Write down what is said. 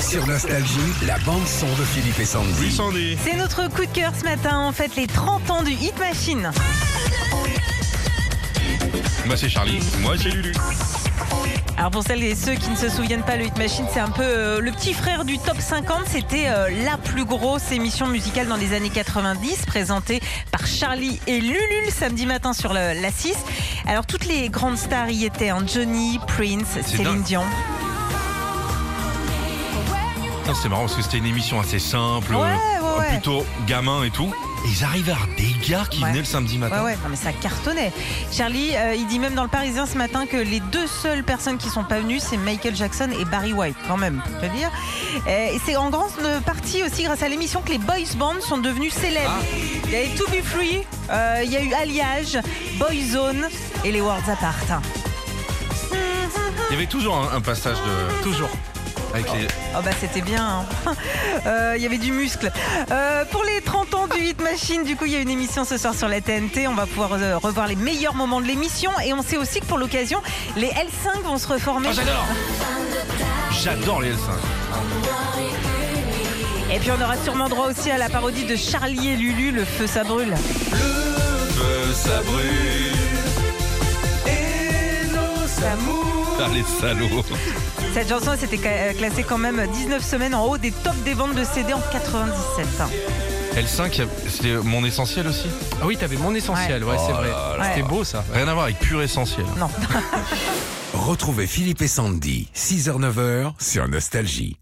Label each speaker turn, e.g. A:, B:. A: Sur Nostalgie, la bande-son de Philippe et
B: Oui,
A: Sandy.
B: Sandy.
C: C'est notre coup de cœur ce matin, en fait, les 30 ans du Hit Machine.
B: Moi, Bah, c'est Charlie. Moi, c'est Lulu.
C: Alors pour celles et ceux qui ne se souviennent pas, le Hit Machine, c'est un peu euh, le petit frère du Top 50. C'était euh, la plus grosse émission musicale dans les années 90, présentée par Charlie et Lulu le samedi matin sur le- la 6. Alors toutes les grandes stars y étaient, hein, Johnny, Prince, Céline
B: dingue.
C: Dion.
B: Putain, Ah, C'est marrant parce que c'était une émission assez simple,
C: Ouais, ouais,
B: euh,
C: ouais.
B: plutôt gamin et tout. Et ils arrivaient à avoir des gars qui
C: Ouais.
B: venaient le samedi
C: Ouais,
B: matin.
C: ouais, non, mais ça cartonnait. Charlie, euh, il dit même dans le Parisien ce matin que les deux seules personnes qui sont pas venues, c'est Michael Jackson et Barry White, quand même, pour te dire. Euh, et c'est en grande partie aussi grâce à l'émission que les boys bands sont devenus célèbres. Il y a eu To Be Free, euh, il y a eu Alliage, Boyzone et les Worlds Apart.
B: Il y avait toujours un, un passage de. Toujours. Avec les.
C: Oh bah c'était bien. hein. Euh, Il y avait du muscle. Euh, pour les 30 ans du Hit Machine, du coup, il y a une émission ce soir sur la TNT. On va pouvoir euh, revoir les meilleurs moments de l'émission. Et on sait aussi que pour l'occasion, les L5 vont se reformer.
B: Oh, j'adore J'adore les L5.
C: et puis on aura sûrement droit aussi à la parodie de Charlie et Lulu, le feu ça brûle.
B: ça brûle. Ah, les salauds.
C: Cette chanson s'était ca- euh, classée quand même 19 semaines en haut des tops des ventes de CD en 97. hein.
B: L5, c'était mon essentiel aussi.
D: Ah oui, t'avais mon essentiel, ouais, c'est vrai. C'était
C: Ouais.
D: beau ça.
B: Rien à voir avec pur essentiel.
C: Non.
A: Retrouvez Philippe et Sandy, 6h-9h, sur Nostalgie.